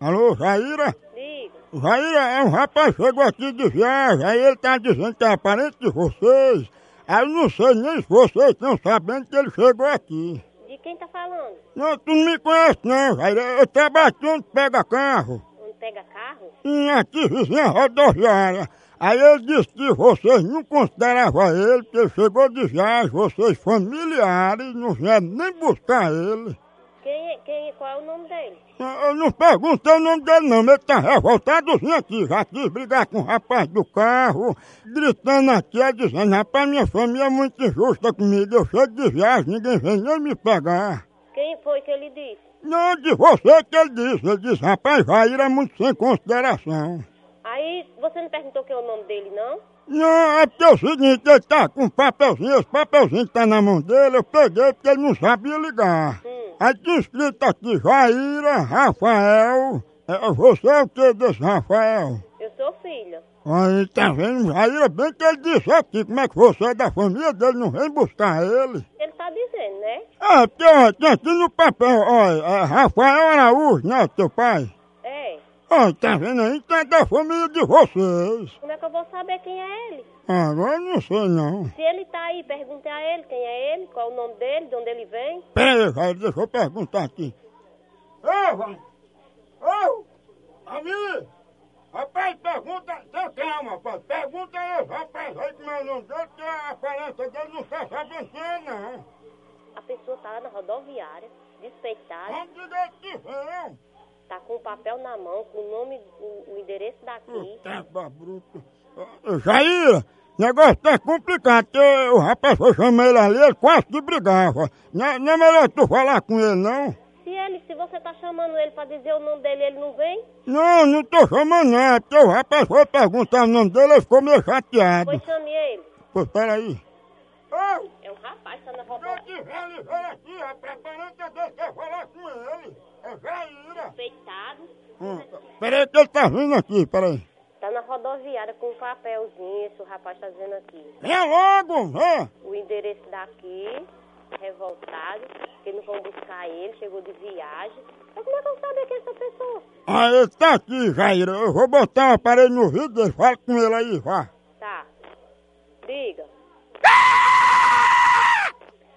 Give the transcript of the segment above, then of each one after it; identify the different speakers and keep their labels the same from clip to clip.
Speaker 1: Alô, Jaira?
Speaker 2: Digo,
Speaker 1: Jaira, é um rapaz chegou aqui de viagem, aí ele tá dizendo que é parente de vocês. Aí não sei nem se vocês estão sabendo que ele chegou aqui.
Speaker 2: de quem tá falando?
Speaker 1: Não, tu não me conhece não, Jaira. Eu trabalho aqui onde pega carro,
Speaker 2: Onde pega carro?
Speaker 1: em aqui vizinha rodoviária. Aí ele disse que vocês não consideravam ele, que ele chegou de viagem, vocês familiares, não vieram nem buscar ele.
Speaker 2: Quem, é- quem, qual é o nome dele?
Speaker 1: Eu- Eu não perguntei o nome dele não, mas ele tá revoltadozinho aqui, já quis brigar com o rapaz do carro, gritando aqui, aí dizendo, rapaz, minha família é muito injusta comigo, eu chego de viagem, ninguém vem nem me pegar.
Speaker 2: Quem foi que ele disse?
Speaker 1: Não, de você que ele disse, ele disse, rapaz, Jair é muito sem consideração.
Speaker 2: Aí você não perguntou quem é o nome dele, não?
Speaker 1: Não, é porque é o seguinte, ele tá com um papelzinho, esse papelzinho que tá na mão dele, eu peguei porque ele não sabia ligar.
Speaker 2: Hum.
Speaker 1: Aí tem escrito aqui, Jaira, Rafael, É, você é o que desse Rafael?
Speaker 2: Eu sou filha.
Speaker 1: Aí, tá vendo? Aí é bem que ele disse aqui, como é que você é da família dele, não vem buscar ele.
Speaker 2: Ele tá dizendo, né?
Speaker 1: Ah, porque, ó, tem aqui no papel, ó, é Rafael Araújo, né, teu pai?
Speaker 2: É.
Speaker 1: Ó, tá vendo aí? Então é da família de vocês.
Speaker 2: Como é que eu vou saber quem é ele?
Speaker 1: Ah, Agora eu não sei não.
Speaker 2: Se ele tá aí, pergunte a ele quem é ele, qual é o nome dele, de onde ele vem.
Speaker 1: Pera aí, velho, deixa eu perguntar aqui. Ô, vai! Ô! Amigo! Rapaz, pergunta, tem calma, rapaz, pergunta aí, rapaz, aí como é o nome dele, que a aparência dele não tá sabendo quem é, não.
Speaker 2: A pessoa tá lá na rodoviária, despeitada,
Speaker 1: Vamos direito de vão.
Speaker 2: tá com o papel na mão, com o nome, o, o endereço daqui.
Speaker 1: Puta babruta. tá Ô, ô, Jair, negócio tá complicado, porque o rapaz foi chamar ele ali, ele quase que brigava. Não, não é melhor tu falar com ele, não?
Speaker 2: Se ele, se você tá chamando ele pra dizer o nome dele, ele não vem?
Speaker 1: Não, não tô chamando não, é porque o rapaz foi perguntar o nome dele, ele ficou meio
Speaker 2: Pois
Speaker 1: chateado.
Speaker 2: chame ele.
Speaker 1: Pô, peraí. Ô,
Speaker 2: É um rapaz, tá na
Speaker 1: eu
Speaker 2: rodoviária.
Speaker 1: te velho, vem aqui, é a preparante dele quer falar com ele. É Jaira.
Speaker 2: Respeitado.
Speaker 1: Hum, Peraí que ele tá vindo aqui, peraí.
Speaker 2: Tá na rodoviária com um papelzinho, esse o rapaz tá dizendo aqui.
Speaker 1: Vem logo, vem.
Speaker 2: O endereço daqui, revoltado, que não vão buscar ele, chegou de viagem. Mas como é que eu sabia que é essa pessoa?
Speaker 1: Ah, ele tá aqui, Jair. Eu vou botar um aparelho no vídeo dele. Fala com ele aí, vá.
Speaker 2: Tá. Diga.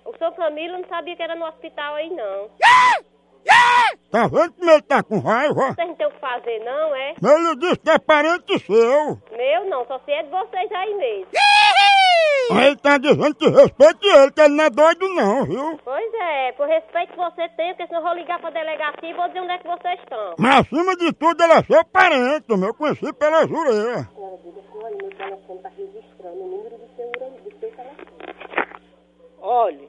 Speaker 2: O seu Camilo não sabia que era no hospital aí, não.
Speaker 1: Tá vendo como ele tá com raiva?
Speaker 2: Vocês não tem o que fazer, não, é?
Speaker 1: Mas Ele disse que é parente seu.
Speaker 2: Meu não, só se é de vocês aí mesmo.
Speaker 1: Aí ele tá dizendo que respeite ele, que ele não é doido não, viu?
Speaker 2: Pois é, por respeito que você tem, porque senão eu vou ligar pra delegacia e vou dizer onde é que vocês estão.
Speaker 1: Mas acima de tudo, ele é seu parente, meu. Eu conheci pelas orelhas.
Speaker 2: Agora, diga que olha, meu telefone tá registrando o número do seu, do seu telefone. Olha,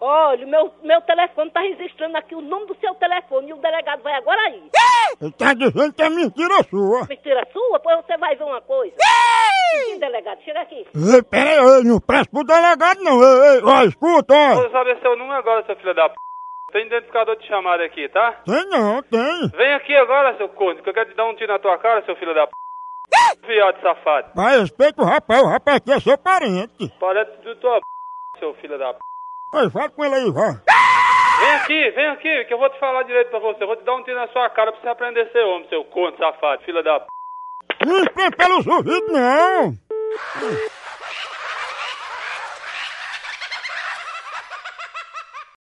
Speaker 2: olha, meu, meu telefone tá registrando aqui o nome do seu telefone e o delegado vai agora aí.
Speaker 1: Ele tá dizendo que é mentira sua.
Speaker 2: Mentira sua, pois você vai ver uma coisa. Sim, delegado, chega aqui.
Speaker 1: Ei, peraí, ei, não presta pro delegado não. Ei, ei, ó, escuta, ó.
Speaker 3: Vou saber seu número agora, seu filho da p. Tem identificador de chamada aqui, tá?
Speaker 1: Tem não, tem.
Speaker 3: Vem aqui agora, seu corno, que eu quero te dar um tiro na tua cara, seu filho da p. Viado safado.
Speaker 1: Vai, respeita o rapaz, o rapaz aqui é seu parente.
Speaker 3: Parece do tua p, seu filho da p.
Speaker 1: Pois fala com ele aí, vá.
Speaker 3: Vem aqui, vem aqui, que eu vou te falar direito pra você. Eu vou te dar um tiro na sua cara pra você aprender a ser homem, seu corno safado, filho da p.
Speaker 1: Não espanta pelos ouvidos, não!